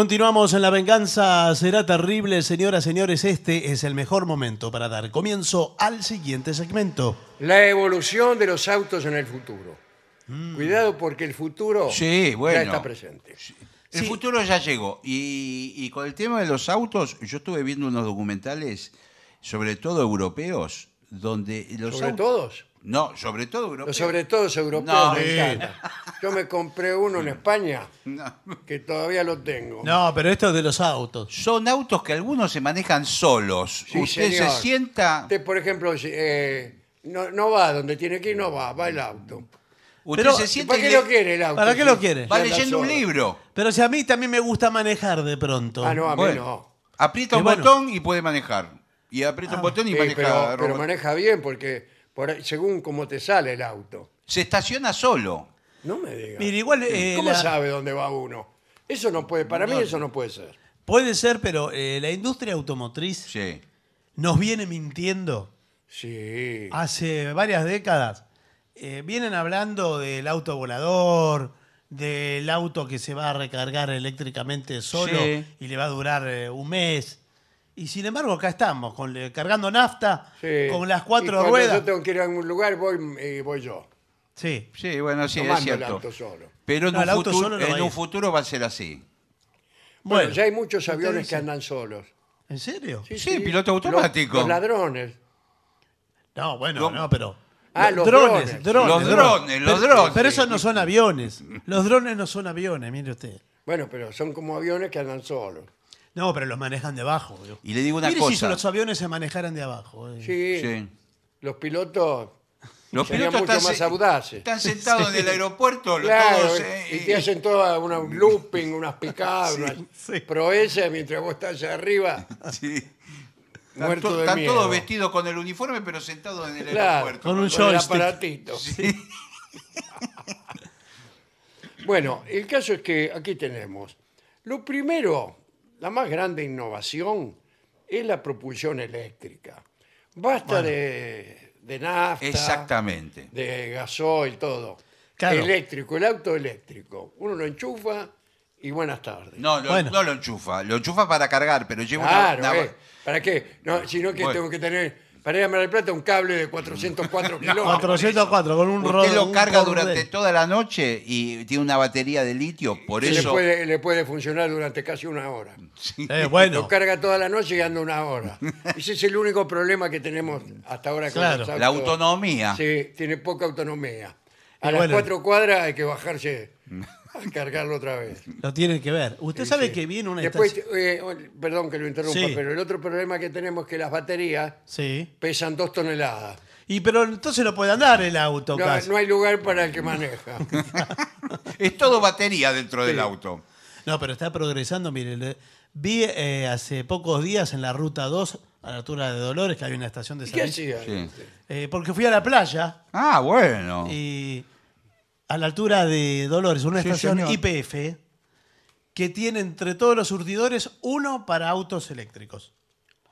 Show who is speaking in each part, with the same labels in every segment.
Speaker 1: Continuamos en La Venganza Será Terrible. Señoras, señores, este es el mejor momento para dar comienzo al siguiente segmento.
Speaker 2: La evolución de los autos en el futuro. Cuidado porque el futuro
Speaker 3: Mm. Sí, bueno.
Speaker 2: ya está presente.
Speaker 3: El
Speaker 1: Sí.
Speaker 3: futuro ya llegó. Y, y con el tema de los autos, yo estuve viendo unos documentales, sobre todo europeos, donde los
Speaker 2: ¿Sobre
Speaker 3: autos.
Speaker 2: todos?
Speaker 3: No, sobre todo europeos.
Speaker 2: Los sobre todos europeos
Speaker 3: No, eh. Mm.
Speaker 2: me
Speaker 3: sí.
Speaker 2: encantan. Yo me compré uno en España
Speaker 3: No.
Speaker 2: que todavía lo tengo.
Speaker 1: No, pero esto es de los autos.
Speaker 3: Son autos que algunos se manejan solos.
Speaker 2: Sí,
Speaker 3: Usted
Speaker 2: señor.
Speaker 3: se sienta.
Speaker 2: Usted, por ejemplo, si, eh, no, no va donde tiene que ir, no va, va el auto.
Speaker 3: Usted
Speaker 1: Pero-
Speaker 3: se
Speaker 1: ¿Y
Speaker 3: sienta
Speaker 2: ¿Para
Speaker 3: y
Speaker 2: qué
Speaker 3: le-
Speaker 2: lo quiere el auto?
Speaker 1: ¿Para qué
Speaker 2: si-
Speaker 1: lo quiere?
Speaker 2: si
Speaker 3: va
Speaker 2: anda
Speaker 3: leyendo un
Speaker 2: solo?
Speaker 3: libro.
Speaker 1: Pero si a mí también me gusta manejar de pronto.
Speaker 2: Ah, no, a mí
Speaker 3: Bueno,
Speaker 2: no.
Speaker 3: Aprieta
Speaker 1: Y
Speaker 3: un
Speaker 1: bueno.
Speaker 3: botón y puede manejar. Y aprieta un botón y
Speaker 2: Sí,
Speaker 3: maneja.
Speaker 2: Ah, eh, pero,
Speaker 3: robot.
Speaker 2: pero maneja bien porque por ahí- según cómo te sale el auto.
Speaker 3: Se estaciona solo.
Speaker 2: No me digas.
Speaker 1: Mire, igual, eh,
Speaker 2: ¿Cómo
Speaker 1: la-
Speaker 2: sabe dónde va uno? Eso no puede, para mí eso no puede ser.
Speaker 1: Puede ser, pero eh, la industria automotriz
Speaker 3: Sí.
Speaker 1: nos viene mintiendo
Speaker 2: Sí.
Speaker 1: Ah, hace varias décadas. Eh, vienen hablando del auto volador, del auto que se va a recargar eléctricamente solo
Speaker 3: Sí.
Speaker 1: y le va a durar eh, un mes. Y sin embargo, acá estamos, con, le- cargando nafta,
Speaker 2: sí.
Speaker 1: con las
Speaker 2: Y
Speaker 1: cuatro
Speaker 2: cuando
Speaker 1: ruedas.
Speaker 2: Yo tengo que ir a algún lugar, voy, eh, voy yo.
Speaker 1: Sí.
Speaker 3: Sí, bueno, sí,
Speaker 2: no
Speaker 3: es
Speaker 2: mando el
Speaker 3: cierto.
Speaker 2: auto solo.
Speaker 3: Pero en,
Speaker 1: No,
Speaker 3: un,
Speaker 1: el auto
Speaker 3: futuro,
Speaker 1: solo no
Speaker 3: en
Speaker 1: va a
Speaker 3: un
Speaker 1: ir.
Speaker 3: futuro va a ser así.
Speaker 2: Bueno,
Speaker 1: Bueno,
Speaker 2: ya hay muchos
Speaker 1: ¿usted
Speaker 2: aviones
Speaker 1: dice?
Speaker 2: que andan solos.
Speaker 1: ¿En serio?
Speaker 3: Sí, piloto automático.
Speaker 2: Los, los ladrones.
Speaker 1: No, bueno,
Speaker 3: Lo-
Speaker 1: no, pero.
Speaker 2: Ah, los drones.
Speaker 3: Los drones,
Speaker 1: pero,
Speaker 3: los drones.
Speaker 1: Pero esos no son aviones. Los drones no son aviones, mire usted.
Speaker 2: Bueno, pero son como aviones que andan solos.
Speaker 1: No, pero los manejan de abajo. digo.
Speaker 3: Y le digo una
Speaker 1: Mire si
Speaker 3: cosa.
Speaker 1: los aviones se manejaran de abajo. eh.
Speaker 2: Sí.
Speaker 3: Sí.
Speaker 2: Los pilotos.
Speaker 3: Los
Speaker 2: Serían
Speaker 3: pilotos están,
Speaker 2: mucho más
Speaker 3: se-
Speaker 2: audaces.
Speaker 3: están sentados en el aeropuerto, los
Speaker 2: Claro,
Speaker 3: todos, eh,
Speaker 2: y te hacen toda una, un looping, unas picadas, unas
Speaker 1: sí.
Speaker 2: proezas, mientras vos estás allá arriba,
Speaker 3: sí. Están,
Speaker 2: muerto
Speaker 3: to-
Speaker 2: de
Speaker 3: están
Speaker 2: miedo.
Speaker 3: todos vestidos con el uniforme, pero sentados en el
Speaker 2: Claro,
Speaker 3: aeropuerto.
Speaker 1: Con un
Speaker 2: el
Speaker 1: joystick.
Speaker 2: aparatito. Bueno, el caso es que aquí tenemos. Lo primero, la más grande innovación es la propulsión eléctrica. Basta de, de nafta,
Speaker 3: Exactamente.
Speaker 2: de gasoil, todo.
Speaker 1: Claro.
Speaker 2: Eléctrico, el auto eléctrico. Uno lo enchufa y buenas tardes.
Speaker 3: No, lo,
Speaker 1: Bueno.
Speaker 3: no lo enchufa. Lo enchufa para cargar, pero lleva una-
Speaker 2: Claro,
Speaker 3: una,
Speaker 2: eh. ¿para qué? No, sino que
Speaker 3: Bueno.
Speaker 2: tengo que tener, para ir a Mar del Plata, un cable de 404 kilómetros.
Speaker 1: 404 con un
Speaker 3: Usted
Speaker 1: rodo-
Speaker 3: lo
Speaker 1: un
Speaker 3: carga
Speaker 1: cordel.
Speaker 3: durante toda la noche y tiene una batería de litio, por
Speaker 2: que le
Speaker 3: eso.
Speaker 2: puede, le puede funcionar durante casi una hora.
Speaker 1: Eh,
Speaker 2: Lo
Speaker 1: bueno,
Speaker 2: carga toda la noche y anda una hora. Ese es el único problema que tenemos hasta ahora. Con
Speaker 1: Claro.
Speaker 2: los autos.
Speaker 3: La autonomía.
Speaker 2: Sí, tiene poca autonomía. A
Speaker 1: Y
Speaker 2: las
Speaker 1: bueno.
Speaker 2: cuatro cuadras hay que bajarse a cargarlo otra vez.
Speaker 1: lo tienen que ver. Usted sabe que viene una
Speaker 2: Después,
Speaker 1: estación.
Speaker 2: eh, oh, perdón que lo interrumpa,
Speaker 1: Sí.
Speaker 2: pero el otro problema que tenemos es que las baterías
Speaker 1: Sí.
Speaker 2: pesan dos toneladas.
Speaker 1: Y pero entonces no puede andar el auto.
Speaker 2: No,
Speaker 1: casi.
Speaker 2: no hay lugar para el que maneja.
Speaker 3: Es todo batería dentro del auto.
Speaker 1: No, pero está progresando. Mire, le- vi eh, hace pocos días en la ruta 2, a la altura de Dolores, que hay una estación de
Speaker 2: ¿Qué
Speaker 1: servicio.
Speaker 2: hacía?
Speaker 3: Sí.
Speaker 1: Eh, porque fui a la playa
Speaker 3: Ah, bueno.
Speaker 1: y a la altura de Dolores, una
Speaker 3: Sí,
Speaker 1: estación
Speaker 3: señor.
Speaker 1: IPF que tiene entre todos los surtidores uno para autos eléctricos.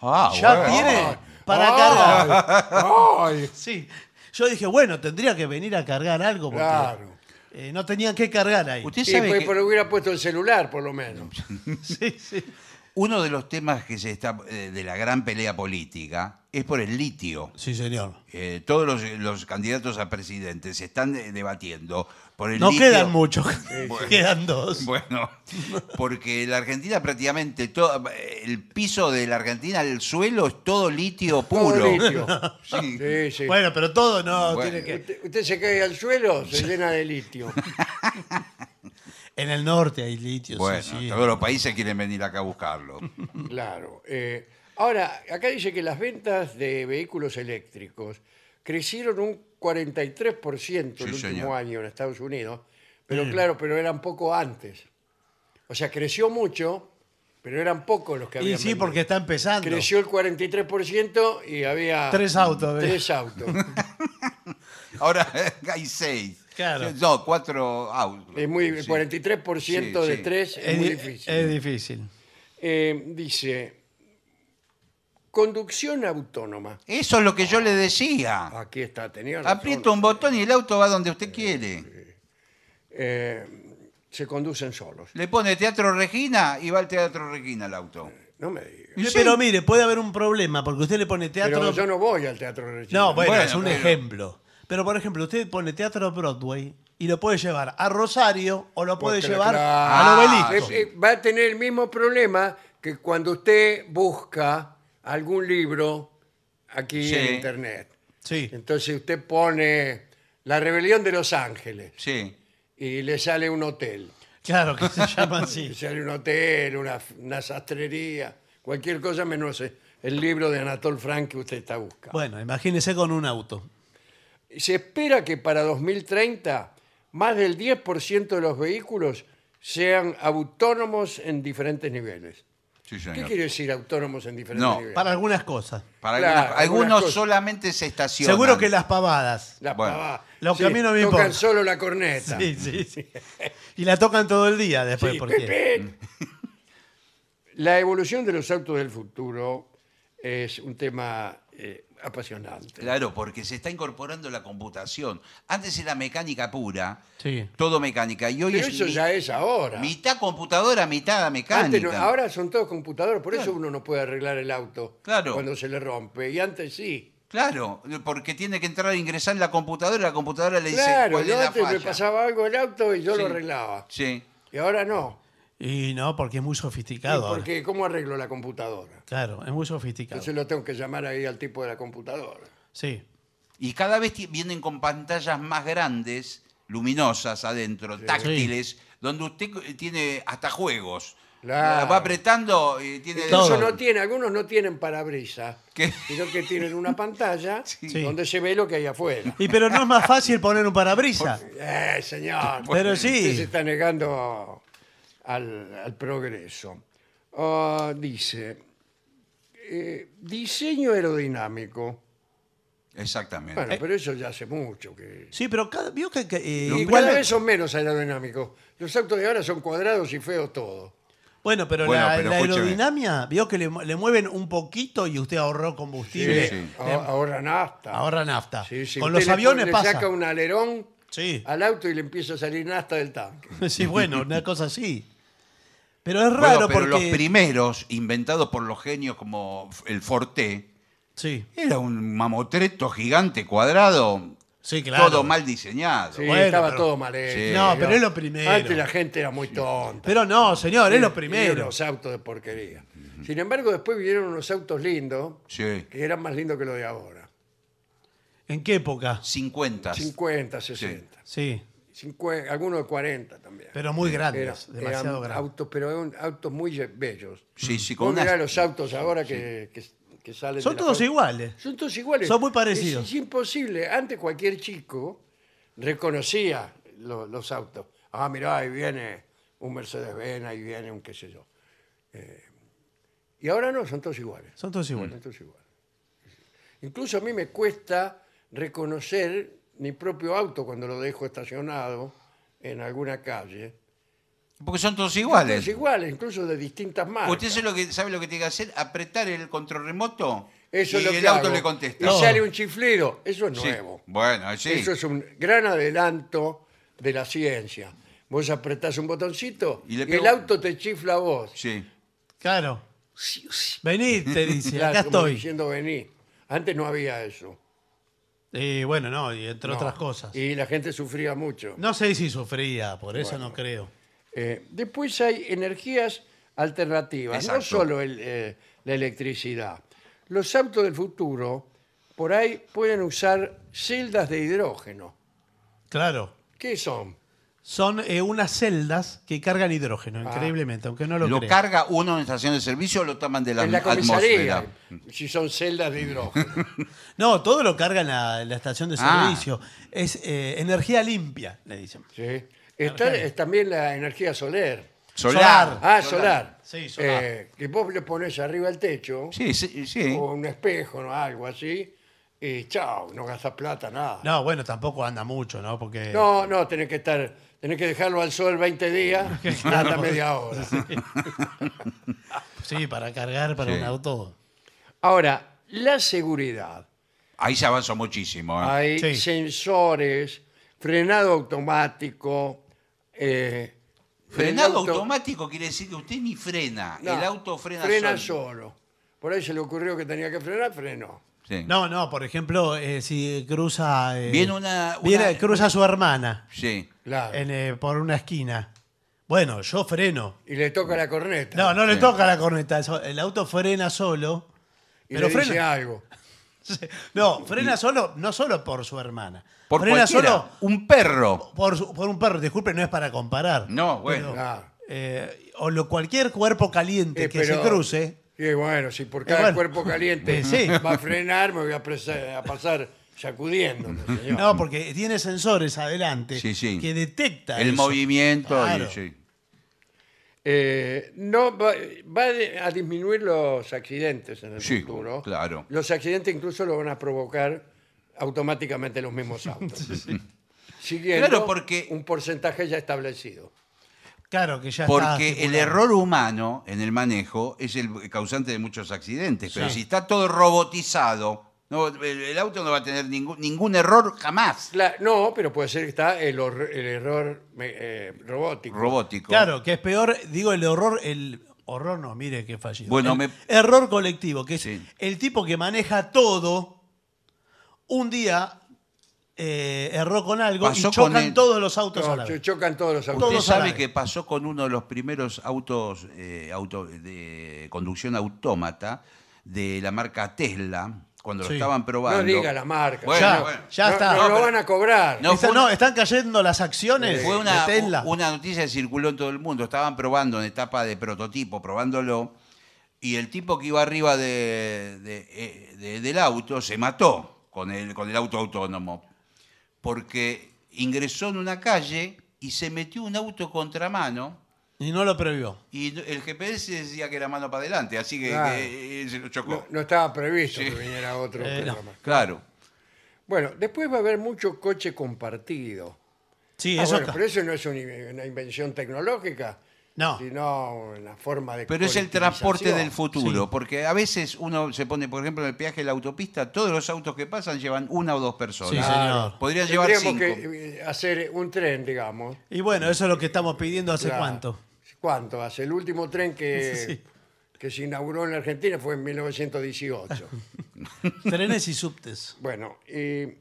Speaker 3: Ah,
Speaker 1: Ya
Speaker 3: bueno.
Speaker 1: tiene para
Speaker 2: Ay,
Speaker 1: cargar.
Speaker 2: ay,
Speaker 1: Sí. Yo dije, bueno, tendría que venir a cargar algo porque
Speaker 2: Claro.
Speaker 1: eh, no tenían que cargar ahí.
Speaker 3: Usted
Speaker 2: Y
Speaker 3: sabe
Speaker 2: pues,
Speaker 3: que
Speaker 2: pero hubiera puesto el celular, por lo menos.
Speaker 1: Sí, sí.
Speaker 3: uno de los temas que se está eh, de la gran pelea política es por el litio.
Speaker 1: Sí, señor.
Speaker 3: Eh, todos los, los candidatos a presidentes se están eh, debatiendo por el
Speaker 1: No
Speaker 3: litio.
Speaker 1: quedan muchos, quedan dos.
Speaker 3: Bueno, porque la Argentina prácticamente todo el piso de la Argentina, el suelo es todo litio puro.
Speaker 2: Todo litio.
Speaker 3: Sí.
Speaker 2: Sí, sí.
Speaker 1: Bueno, pero todo no
Speaker 3: Bueno.
Speaker 1: tiene que.
Speaker 2: Usted, usted se cae al suelo, se llena de litio.
Speaker 1: En el norte hay litio. sí,
Speaker 3: Bueno,
Speaker 1: sí.
Speaker 3: todos los países quieren venir acá a buscarlo.
Speaker 2: Claro. Eh, ahora, acá dice que las ventas de vehículos eléctricos crecieron un 43%
Speaker 3: Sí,
Speaker 2: el último
Speaker 3: señor.
Speaker 2: año en Estados Unidos, pero claro, pero eran poco antes. O sea, creció mucho, pero eran pocos los que
Speaker 1: Y
Speaker 2: habían
Speaker 1: sí,
Speaker 2: vendido.
Speaker 1: porque está empezando.
Speaker 2: Creció el 43% y había...
Speaker 1: Tres autos, ¿ves?
Speaker 2: Tres autos.
Speaker 3: Ahora hay seis.
Speaker 1: Claro.
Speaker 3: No, cuatro ah, autos.
Speaker 2: Es muy, el
Speaker 3: Sí.
Speaker 2: 43%
Speaker 3: Sí,
Speaker 2: de
Speaker 3: sí.
Speaker 2: tres es,
Speaker 1: Es,
Speaker 2: muy
Speaker 1: di-
Speaker 2: difícil.
Speaker 1: es difícil.
Speaker 2: Eh, dice, conducción autónoma.
Speaker 3: Eso es lo que yo le decía.
Speaker 2: Aquí está, tenía razón.
Speaker 3: Aprieta un botón y el auto va donde usted quiere.
Speaker 2: Eh, se conducen solos.
Speaker 3: Le pone Teatro Regina y va al Teatro Regina el auto.
Speaker 2: No me diga.
Speaker 3: Y sí.
Speaker 1: Eh, Pero mire, puede haber un problema, porque usted le pone teatro.
Speaker 2: Pero yo no voy al teatro Regina.
Speaker 1: No, bueno,
Speaker 3: Bueno,
Speaker 1: es un
Speaker 3: pero-
Speaker 1: ejemplo. Pero, por ejemplo, usted pone teatro Broadway y lo puede llevar a Rosario o lo puede
Speaker 2: Porque,
Speaker 1: llevar
Speaker 2: claro,
Speaker 1: al
Speaker 3: Ah,
Speaker 1: obelisco.
Speaker 2: es- eh, va a tener el mismo problema que cuando usted busca algún libro aquí
Speaker 3: Sí.
Speaker 2: en internet.
Speaker 1: Sí.
Speaker 2: Entonces usted pone La rebelión de Los Ángeles
Speaker 3: Sí.
Speaker 2: y le sale un hotel.
Speaker 1: Claro, que se llama
Speaker 2: Le
Speaker 1: así.
Speaker 2: sale un hotel, una, una sastrería, cualquier cosa menos el- el libro de Anatole Frank que usted está buscando.
Speaker 1: Bueno, imagínese con un auto.
Speaker 2: Se espera que para 2030 más del 10% de los vehículos sean autónomos en diferentes niveles.
Speaker 3: Sí,
Speaker 2: ¿Qué
Speaker 3: señor.
Speaker 2: quiere decir autónomos en diferentes
Speaker 3: No,
Speaker 2: niveles?
Speaker 1: Para algunas cosas.
Speaker 3: Para
Speaker 2: Claro,
Speaker 3: algunas-
Speaker 2: algunas
Speaker 3: algunos
Speaker 2: cosas.
Speaker 3: solamente se estacionan.
Speaker 1: Seguro que las pavadas.
Speaker 2: La
Speaker 3: Bueno,
Speaker 2: pavada.
Speaker 1: lo que a mí no me
Speaker 2: tocan
Speaker 1: importa.
Speaker 2: solo la corneta.
Speaker 1: Sí, sí, sí. Y la tocan todo el día después,
Speaker 2: Sí,
Speaker 1: porque.
Speaker 2: pipí. La evolución de los autos del futuro es un tema eh, apasionante.
Speaker 3: Claro, porque se está incorporando la computación. Antes era mecánica pura,
Speaker 1: Sí.
Speaker 3: todo mecánica. Y hoy
Speaker 2: Pero
Speaker 3: es
Speaker 2: eso
Speaker 3: mi-
Speaker 2: ya es ahora.
Speaker 3: mitad computadora, mitad mecánica.
Speaker 2: Antes no- ahora son todos computadoras, por eso
Speaker 3: Claro.
Speaker 2: uno no puede arreglar el auto
Speaker 3: Claro.
Speaker 2: cuando se le rompe. Y antes sí.
Speaker 3: Claro, porque tiene que entrar e ingresar en la computadora, la computadora le dice
Speaker 2: claro,
Speaker 3: cuál
Speaker 2: yo
Speaker 3: es la
Speaker 2: antes me
Speaker 3: falla.
Speaker 2: pasaba algo el auto y yo lo
Speaker 3: Sí.
Speaker 2: arreglaba.
Speaker 3: Sí.
Speaker 2: Y ahora no.
Speaker 1: Y no, porque es muy sofisticado.
Speaker 2: Y
Speaker 1: ahora.
Speaker 2: porque ¿cómo arreglo la computadora?
Speaker 1: Claro, es muy sofisticado.
Speaker 2: Entonces lo tengo que llamar ahí al tipo de la computadora.
Speaker 1: Sí.
Speaker 3: Y cada vez ti- vienen con pantallas más grandes, luminosas adentro, táctiles, donde usted c- tiene hasta juegos.
Speaker 2: Claro.
Speaker 3: Va apretando y tiene...
Speaker 1: Todo.
Speaker 2: Eso no tiene, algunos no tienen parabrisas,
Speaker 3: ¿Qué?
Speaker 2: sino que tienen una pantalla
Speaker 1: Sí.
Speaker 2: donde se ve lo que hay afuera.
Speaker 1: Y pero no es más fácil poner un parabrisas.
Speaker 2: Eh, señor.
Speaker 1: Pero
Speaker 2: Usted se
Speaker 1: sí.
Speaker 2: está negando al, al progreso. Ah, dice, eh, diseño aerodinámico.
Speaker 3: Exactamente.
Speaker 1: Eh.
Speaker 2: Bueno, pero eso ya hace mucho que...
Speaker 1: Sí, pero cada, vio que, que, eh,
Speaker 2: Y
Speaker 1: igual-
Speaker 2: cada vez son menos aerodinámicos. Los autos de ahora son cuadrados y feos todos.
Speaker 1: Bueno, pero,
Speaker 3: Bueno,
Speaker 1: la,
Speaker 3: pero
Speaker 1: la
Speaker 3: escúcheme.
Speaker 1: aerodinámica, vio que le, mu- le mueven un poquito y usted ahorró combustible.
Speaker 3: Sí, sí.
Speaker 2: Ah- Ahorran hasta.
Speaker 1: Ahorra nafta.
Speaker 2: Sí, sí.
Speaker 1: Con
Speaker 2: Usted
Speaker 1: los
Speaker 2: le
Speaker 1: aviones
Speaker 2: pone- le
Speaker 1: pasa.
Speaker 2: saca un alerón
Speaker 1: Sí.
Speaker 2: al auto y le empieza a salir nafta del tanque.
Speaker 1: sí, bueno, una cosa así. Pero es
Speaker 3: Bueno,
Speaker 1: raro
Speaker 3: pero
Speaker 1: porque.
Speaker 3: los primeros, inventados por los genios como f- el Forte,
Speaker 1: sí,
Speaker 3: era un mamotreto gigante cuadrado,
Speaker 1: sí, claro.
Speaker 3: todo mal diseñado.
Speaker 2: Sí,
Speaker 1: Bueno,
Speaker 2: estaba
Speaker 1: pero-
Speaker 2: todo mal hecho,
Speaker 3: Sí.
Speaker 2: ¿no?
Speaker 1: No, pero es lo primero.
Speaker 2: Antes la gente era muy tonta.
Speaker 1: Pero no, señor, es lo
Speaker 2: Y
Speaker 1: primero.
Speaker 2: los autos de porquería. Sin embargo, después vinieron unos autos lindos
Speaker 3: Sí.
Speaker 2: que eran más lindos que los de ahora.
Speaker 1: ¿En qué época?
Speaker 3: 50.
Speaker 2: 50, 60.
Speaker 1: Sí,
Speaker 2: Cincue- algunos de 40 también.
Speaker 1: pero muy
Speaker 2: Era-
Speaker 1: grandes, demasiado
Speaker 2: eran
Speaker 1: grandes.
Speaker 2: autos, pero eran autos muy ye- bellos.
Speaker 3: Sí, sí,
Speaker 2: Vos
Speaker 3: con unas-
Speaker 2: mirá los autos ahora que, que- que salen. de
Speaker 1: Son
Speaker 2: la
Speaker 1: todos
Speaker 2: fábrica.
Speaker 1: iguales.
Speaker 2: Son todos iguales.
Speaker 1: Son muy parecidos.
Speaker 2: Es, es imposible. Antes cualquier chico reconocía lo- los autos. Ah, mirá, ahí viene un Mercedes-Benz, ahí viene un qué sé yo. Eh, y ahora no, son todos iguales.
Speaker 1: Son todos iguales.
Speaker 2: Son todos iguales. Incluso a mí me cuesta reconocer mi propio auto cuando lo dejo estacionado en alguna calle.
Speaker 3: Porque son todos
Speaker 2: Todos
Speaker 3: iguales.
Speaker 2: iguales, incluso de distintas marcas.
Speaker 3: Usted sabe lo, que, sabe lo que tiene que hacer, apretar el control remoto
Speaker 2: Eso
Speaker 3: y
Speaker 2: es lo
Speaker 3: el
Speaker 2: que
Speaker 3: auto
Speaker 2: hago.
Speaker 3: le contesta.
Speaker 2: Y
Speaker 1: No.
Speaker 2: sale un chiflido. Eso es
Speaker 3: Sí.
Speaker 2: nuevo.
Speaker 3: Bueno, sí.
Speaker 2: Eso es un gran adelanto de la ciencia. Vos apretás un botoncito
Speaker 3: Y
Speaker 2: y,
Speaker 3: le
Speaker 2: el
Speaker 3: pego-
Speaker 2: auto te chifla a vos.
Speaker 3: Sí.
Speaker 2: Mm.
Speaker 1: Claro. Vení, te dice,
Speaker 2: Claro,
Speaker 1: acá
Speaker 2: como
Speaker 1: estoy.
Speaker 2: Diciendo vení. Antes no había eso.
Speaker 1: Y bueno, no, y entre
Speaker 2: No.
Speaker 1: otras cosas.
Speaker 2: Y la gente sufría mucho.
Speaker 1: No sé si sufría, por eso no creo.
Speaker 2: Eh, después hay energías alternativas, no
Speaker 3: Exacto.
Speaker 2: solo el, eh, la electricidad. Los autos del futuro, por ahí, pueden usar celdas de hidrógeno.
Speaker 1: Claro.
Speaker 2: ¿Qué son?
Speaker 1: Son eh, unas celdas que cargan hidrógeno,
Speaker 2: Ah.
Speaker 1: increíblemente, aunque no lo,
Speaker 3: Lo,
Speaker 1: crea.
Speaker 3: carga uno en estación de servicio o lo toman de la,
Speaker 2: en la comisaría,
Speaker 3: atmósfera.
Speaker 2: si son celdas de hidrógeno.
Speaker 1: No, todo lo carga en la, en la estación de
Speaker 3: Ah.
Speaker 1: servicio. Es eh, energía limpia, le dicen.
Speaker 2: Sí. Está es también la energía solar.
Speaker 1: Solar.
Speaker 3: Solar.
Speaker 2: Ah, solar.
Speaker 1: Sí, solar.
Speaker 2: Eh, que vos le pones arriba el techo
Speaker 3: Sí, sí, sí.
Speaker 2: o un espejo o algo así y chao, no gastas plata, nada.
Speaker 1: No, bueno, tampoco anda mucho, ¿no? Porque.
Speaker 2: no, no, tenés que estar, tenés que dejarlo al sol 20 días, hasta media hora.
Speaker 1: Sí, para cargar para
Speaker 3: Sí.
Speaker 1: un auto.
Speaker 2: Ahora, la seguridad.
Speaker 3: Ahí se avanzó muchísimo. ¿eh?
Speaker 2: Hay
Speaker 1: Sí.
Speaker 2: sensores, frenado automático, eh,
Speaker 3: Frenado
Speaker 2: El auto-
Speaker 3: automático quiere decir que usted ni frena.
Speaker 2: No,
Speaker 3: el auto frena,
Speaker 2: frena
Speaker 3: solo.
Speaker 2: solo. Por ahí se le ocurrió que tenía que frenar, frenó.
Speaker 3: Sí.
Speaker 1: No, no, por ejemplo, eh, si cruza. eh,
Speaker 3: Viene una-
Speaker 1: viene-
Speaker 3: una-
Speaker 1: cruza a su hermana
Speaker 3: Sí.
Speaker 2: Claro.
Speaker 1: en, eh, por una esquina. Bueno, yo freno.
Speaker 2: Y le toca la corneta.
Speaker 1: No, no le
Speaker 3: Sí.
Speaker 1: toca la corneta. eso- El auto frena solo.
Speaker 2: y
Speaker 1: pero
Speaker 2: le dice
Speaker 1: frena.
Speaker 2: algo.
Speaker 1: No, frena solo, no solo por su hermana.
Speaker 3: Por
Speaker 1: frena
Speaker 3: cualquiera.
Speaker 1: solo
Speaker 3: Un perro.
Speaker 1: por, su- por un perro. Disculpe, no es para comparar.
Speaker 3: No, bueno.
Speaker 2: Claro.
Speaker 1: Eh, o lo, cualquier cuerpo caliente
Speaker 2: Eh,
Speaker 1: que
Speaker 2: pero-
Speaker 1: se cruce.
Speaker 2: Y bueno, si por
Speaker 1: Eh,
Speaker 2: cada
Speaker 1: bueno.
Speaker 2: cuerpo caliente
Speaker 1: Eh, sí.
Speaker 2: va a frenar, me voy a, presa- a pasar sacudiéndome, señor.
Speaker 1: No, porque tiene sensores adelante
Speaker 3: Sí, sí.
Speaker 1: que detecta
Speaker 3: el
Speaker 1: eso.
Speaker 3: movimiento. y-
Speaker 1: Claro.
Speaker 3: sí.
Speaker 2: Eh, no va, va a disminuir los accidentes en el
Speaker 3: Sí,
Speaker 2: futuro.
Speaker 3: claro.
Speaker 2: Los accidentes incluso lo van a provocar automáticamente los mismos autos. Siguiendo
Speaker 3: Claro, porque-
Speaker 2: un porcentaje ya establecido.
Speaker 1: Claro, que ya está
Speaker 3: Porque el
Speaker 1: estipulado.
Speaker 3: error humano en el manejo es el causante de muchos accidentes. Pero
Speaker 1: Sí.
Speaker 3: si está todo robotizado, no, el, el auto no va a tener ningún, ningún error jamás.
Speaker 2: Cla- no, pero puede ser que está el, hor- el error me- eh, robótico.
Speaker 3: Robótico.
Speaker 1: Claro, que es peor, digo, el horror, el horror no, mire qué fallido.
Speaker 3: Bueno,
Speaker 1: El
Speaker 3: me-
Speaker 1: Error colectivo, que es
Speaker 3: Sí.
Speaker 1: el tipo que maneja todo, un día eh, erró con algo
Speaker 3: Pasó
Speaker 1: y
Speaker 3: con
Speaker 1: chocan
Speaker 3: el-
Speaker 1: todos los autos
Speaker 2: No,
Speaker 1: a la
Speaker 2: cho-
Speaker 1: vez.
Speaker 2: chocan todos los autos.
Speaker 3: Usted
Speaker 1: Todos
Speaker 3: sabe
Speaker 1: alares.
Speaker 3: que pasó con uno de los primeros autos eh, auto- de conducción autómata de la marca Tesla, cuando
Speaker 1: Sí.
Speaker 3: lo estaban probando.
Speaker 2: No diga la marca.
Speaker 3: Bueno,
Speaker 1: Ya,
Speaker 3: bueno.
Speaker 1: ya
Speaker 2: No-
Speaker 1: está.
Speaker 2: No, lo
Speaker 3: pero-
Speaker 2: van a cobrar.
Speaker 3: No,
Speaker 1: Está-
Speaker 3: fue-
Speaker 1: no, están cayendo las acciones
Speaker 3: Fue una,
Speaker 1: Eh, de Tesla.
Speaker 3: una noticia que circuló en todo el mundo. Estaban probando en etapa de prototipo, probándolo. Y el tipo que iba arriba de- de- eh, de- del auto se mató con el, con el auto autónomo. Porque ingresó en una calle y se metió un auto contramano.
Speaker 1: Y no lo previó.
Speaker 3: Y no- el GPS decía que era mano para adelante, así que,
Speaker 2: Claro.
Speaker 3: que, eh, se lo chocó.
Speaker 2: No, no estaba previsto
Speaker 3: Sí.
Speaker 2: que viniera otro.
Speaker 1: Eh, no.
Speaker 2: programa.
Speaker 3: Claro.
Speaker 2: Bueno, después va a haber mucho coche compartido.
Speaker 1: Sí,
Speaker 2: Ah,
Speaker 1: eso
Speaker 2: bueno,
Speaker 1: ca-
Speaker 2: pero eso no es una in- una invención tecnológica,
Speaker 1: No.
Speaker 2: sino una forma de.
Speaker 3: Pero es el transporte del
Speaker 2: colectivización.
Speaker 3: futuro,
Speaker 1: Sí.
Speaker 3: porque a veces uno se pone, por ejemplo, en el peaje de la autopista, todos los autos que pasan llevan una o dos personas.
Speaker 1: Sí, señor.
Speaker 3: Podrían llevar
Speaker 2: Tendríamos
Speaker 3: cinco.
Speaker 2: que eh, hacer un tren, digamos.
Speaker 1: Y bueno, eso es lo que estamos pidiendo hace
Speaker 2: La-
Speaker 1: cuánto.
Speaker 2: ¿Cuánto? Hace el último tren que,
Speaker 1: Sí.
Speaker 2: que se inauguró en la Argentina fue en 1918.
Speaker 1: Trenes y subtes.
Speaker 2: bueno, eh,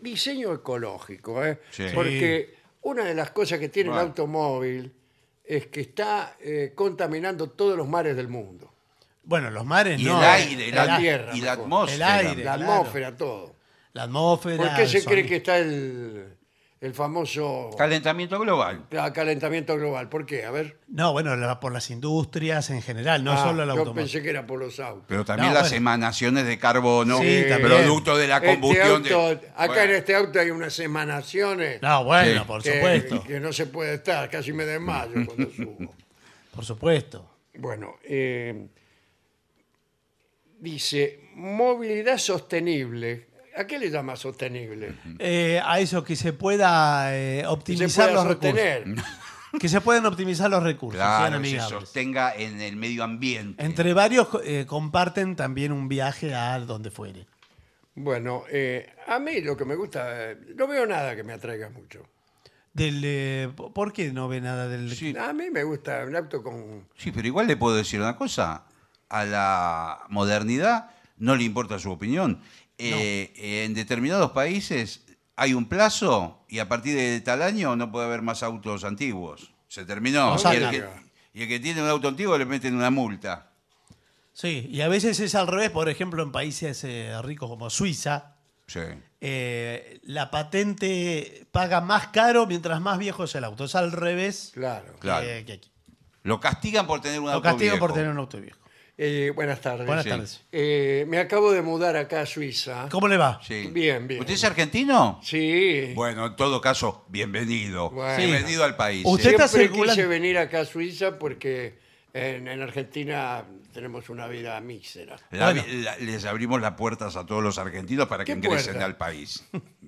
Speaker 2: diseño ecológico, ¿eh?
Speaker 3: Sí.
Speaker 2: porque una de las cosas que tiene el
Speaker 3: Bueno.
Speaker 2: automóvil es que está eh, contaminando todos los mares del mundo.
Speaker 1: Bueno, los mares
Speaker 3: Y
Speaker 1: no.
Speaker 3: el aire,
Speaker 2: la
Speaker 3: la
Speaker 2: tierra,
Speaker 3: y la
Speaker 2: mejor.
Speaker 3: atmósfera.
Speaker 1: El aire.
Speaker 2: La
Speaker 1: Claro.
Speaker 2: atmósfera, todo.
Speaker 1: La atmósfera.
Speaker 2: ¿Por qué
Speaker 1: el
Speaker 2: se cree
Speaker 1: sonido.
Speaker 2: que está el, el famoso
Speaker 3: Calentamiento global.
Speaker 2: ca- calentamiento global? ¿Por qué? A ver.
Speaker 1: No, bueno, la- por las industrias en general, no
Speaker 2: Ah,
Speaker 1: solo el
Speaker 2: yo
Speaker 1: automóvil.
Speaker 2: pensé que era por los autos.
Speaker 3: Pero también
Speaker 1: No,
Speaker 3: las
Speaker 1: bueno.
Speaker 3: emanaciones de carbono,
Speaker 1: Sí, también.
Speaker 3: producto de la
Speaker 2: Este
Speaker 3: combustión
Speaker 2: auto-
Speaker 3: de.
Speaker 2: Acá en
Speaker 3: Bueno,
Speaker 2: este auto hay unas emanaciones
Speaker 1: No, bueno,
Speaker 3: Sí.
Speaker 1: por
Speaker 2: que,
Speaker 1: supuesto.
Speaker 2: que no se puede estar, casi me desmayo cuando subo.
Speaker 1: Por supuesto.
Speaker 2: Bueno, eh, dice, movilidad sostenible. ¿A qué le llama sostenible?
Speaker 1: Eh, a eso, que se pueda eh,
Speaker 2: Que se
Speaker 1: optimizar
Speaker 2: pueda
Speaker 1: los
Speaker 2: sostener.
Speaker 1: recursos. Que se puedan optimizar los recursos, sean
Speaker 3: claro, que se
Speaker 1: amigables.
Speaker 3: sostenga en el medio ambiente.
Speaker 1: Entre varios eh, comparten también un viaje a donde fuere.
Speaker 2: Bueno, eh, a mí lo que me gusta, eh, no veo nada que me atraiga mucho.
Speaker 1: Del, eh, po- ¿Por qué no ve nada del.?
Speaker 3: Sí.
Speaker 2: A mí me gusta un auto con...
Speaker 3: Sí, pero igual le puedo decir una cosa. A la modernidad no le importa su opinión. Eh, en determinados países hay un plazo y a partir de tal año no puede haber más autos antiguos. Se terminó.
Speaker 1: Los
Speaker 3: y, el
Speaker 1: sacan.
Speaker 3: que, y el que tiene un auto antiguo le meten una multa.
Speaker 1: Sí, y a veces es al revés. Por ejemplo, en países eh, ricos como Suiza,
Speaker 3: Sí.
Speaker 1: eh, la patente paga más caro mientras más viejo es el auto. Es al revés
Speaker 2: Claro.
Speaker 1: que-
Speaker 3: Claro.
Speaker 1: que aquí.
Speaker 3: Lo castigan por tener un
Speaker 1: eh, Lo
Speaker 3: auto
Speaker 1: castigo
Speaker 3: viejo.
Speaker 1: por tener un auto viejo.
Speaker 2: Eh, buenas tardes.
Speaker 1: Buenas
Speaker 3: Sí.
Speaker 1: tardes.
Speaker 2: Eh, me acabo de mudar acá a Suiza.
Speaker 1: ¿Cómo le va?
Speaker 3: Sí.
Speaker 2: Bien, bien.
Speaker 3: ¿Usted es argentino?
Speaker 2: Sí.
Speaker 3: Bueno, en todo caso, bienvenido.
Speaker 2: Bueno.
Speaker 3: Bienvenido al país.
Speaker 1: Usted
Speaker 3: ¿eh?
Speaker 1: está
Speaker 2: Siempre
Speaker 1: circulando.
Speaker 2: quise venir acá a Suiza porque en, en Argentina tenemos una vida mísera.
Speaker 3: La-
Speaker 1: Bueno.
Speaker 3: la- les abrimos las puertas a todos los argentinos para que
Speaker 2: ¿Qué
Speaker 3: ingresen
Speaker 2: puerta?
Speaker 3: al país.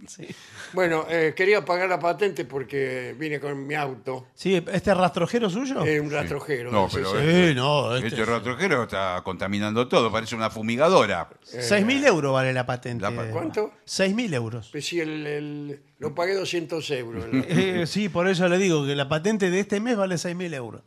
Speaker 1: Sí.
Speaker 2: Bueno, eh, quería pagar la patente porque vine con mi auto,
Speaker 1: Sí, ¿Este rastrojero suyo?
Speaker 2: eh, un rastrojero.
Speaker 3: No,
Speaker 2: sí,
Speaker 3: pero
Speaker 2: sí.
Speaker 3: este,
Speaker 1: no, este
Speaker 3: este,
Speaker 1: es-
Speaker 3: rastrojero está contaminando todo, parece una fumigadora.
Speaker 1: 6.000 euros vale la patente.
Speaker 3: eh, La pa-
Speaker 2: ¿Cuánto?
Speaker 1: 6.000 euros.
Speaker 2: Pues sí, el- el- lo pagué 200 euros.
Speaker 1: Eh, sí, por eso le digo que la patente de este mes vale 6.000 euros.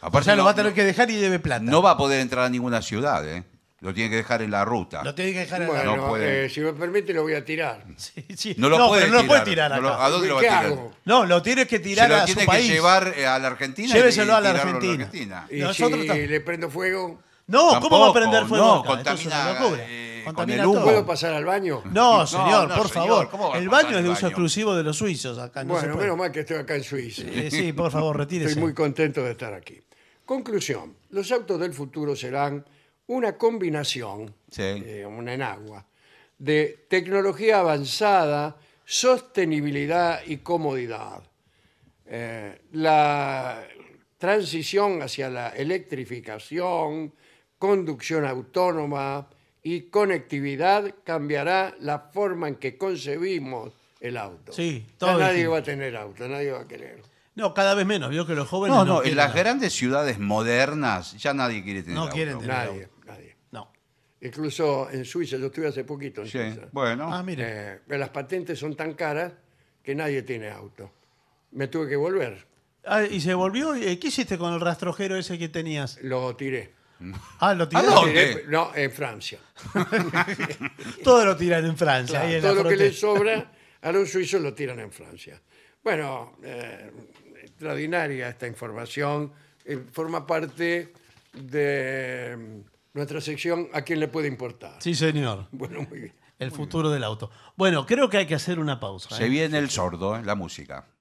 Speaker 1: O
Speaker 3: Aparte,
Speaker 1: sea, lo
Speaker 3: no-
Speaker 1: va a tener que dejar y debe plata.
Speaker 3: no va a poder entrar a ninguna ciudad, ¿eh? Lo tiene que dejar en la ruta.
Speaker 1: Lo tiene que dejar en la-
Speaker 2: Bueno,
Speaker 3: No puede.
Speaker 2: eh, si me permite lo voy a tirar.
Speaker 1: Sí, sí.
Speaker 3: No lo puede
Speaker 1: pero no lo puede
Speaker 3: tirar.
Speaker 1: tirar
Speaker 3: No lo-
Speaker 1: acá.
Speaker 3: ¿A dónde lo va a
Speaker 2: ¿Qué
Speaker 3: tirar?
Speaker 2: hago?
Speaker 1: No, lo tiene que tirar
Speaker 3: Se lo
Speaker 1: a
Speaker 3: tiene
Speaker 1: su
Speaker 3: que
Speaker 1: país.
Speaker 3: llevar eh, a la Argentina. y
Speaker 1: Lléveselo a la
Speaker 3: tirarlo
Speaker 1: Argentina.
Speaker 3: Argentina.
Speaker 2: Y
Speaker 1: Nosotros
Speaker 2: si
Speaker 1: tam-
Speaker 2: le prendo fuego,
Speaker 1: No, ¿cómo va a
Speaker 3: Tampoco,
Speaker 1: prender fuego?
Speaker 3: no,
Speaker 1: acá? Esto es una
Speaker 3: contamina,
Speaker 1: locura.
Speaker 3: eh,
Speaker 1: Contamina
Speaker 3: con el humo.
Speaker 1: todo.
Speaker 2: ¿puedo pasar al baño?
Speaker 1: No,
Speaker 3: No,
Speaker 1: señor,
Speaker 3: no,
Speaker 1: por
Speaker 3: señor, ¿cómo
Speaker 1: favor.
Speaker 3: va a
Speaker 1: El
Speaker 3: pasar
Speaker 1: baño
Speaker 3: el
Speaker 1: es de uso
Speaker 3: baño?
Speaker 1: exclusivo de los suizos acá. No se
Speaker 2: bueno,
Speaker 1: puede.
Speaker 2: menos mal que estoy acá en Suiza.
Speaker 1: Eh, sí, por favor, retírese.
Speaker 2: Estoy muy contento de estar aquí. Conclusión, los autos del futuro serán una combinación,
Speaker 3: Sí.
Speaker 2: eh, una enagua, de tecnología avanzada, sostenibilidad y comodidad. Eh, la transición hacia la electrificación, conducción autónoma y conectividad cambiará la forma en que concebimos el auto.
Speaker 1: Sí,
Speaker 2: Ya
Speaker 1: todo
Speaker 2: nadie
Speaker 1: distinto.
Speaker 2: va a tener auto, nadie va a querer.
Speaker 1: No, cada vez menos. Vio que los jóvenes.
Speaker 3: No, no, en
Speaker 1: quieren
Speaker 3: las
Speaker 1: nada.
Speaker 3: grandes ciudades modernas ya nadie quiere tener
Speaker 1: No
Speaker 3: auto.
Speaker 1: quieren tener.
Speaker 2: Nadie, nadie.
Speaker 1: No.
Speaker 2: Incluso en Suiza, yo estuve hace poquito en
Speaker 3: Sí,
Speaker 2: Suiza.
Speaker 3: bueno.
Speaker 1: Ah, mire.
Speaker 2: Eh, pero las patentes son tan caras que nadie tiene auto. Me tuve que volver,
Speaker 1: Ah, y se volvió. eh, ¿Qué hiciste con el rastrojero ese que tenías?
Speaker 2: lo tiré.
Speaker 1: Ah, lo tiraron.
Speaker 3: dónde?
Speaker 2: Tiré- No, en Francia.
Speaker 1: Todo lo tiran en Francia. ahí en
Speaker 2: todo
Speaker 1: la
Speaker 2: lo que
Speaker 1: frontera.
Speaker 2: les sobra a los suizos lo tiran en Francia. Bueno, eh, extraordinaria esta información. Eh, forma parte de mm, nuestra sección a quién le puede importar.
Speaker 1: Sí, señor.
Speaker 2: Bueno, muy bien.
Speaker 1: El futuro del auto. Bueno, creo que hay que hacer una pausa. ¿eh?
Speaker 3: Se viene el sordo, eh, la música.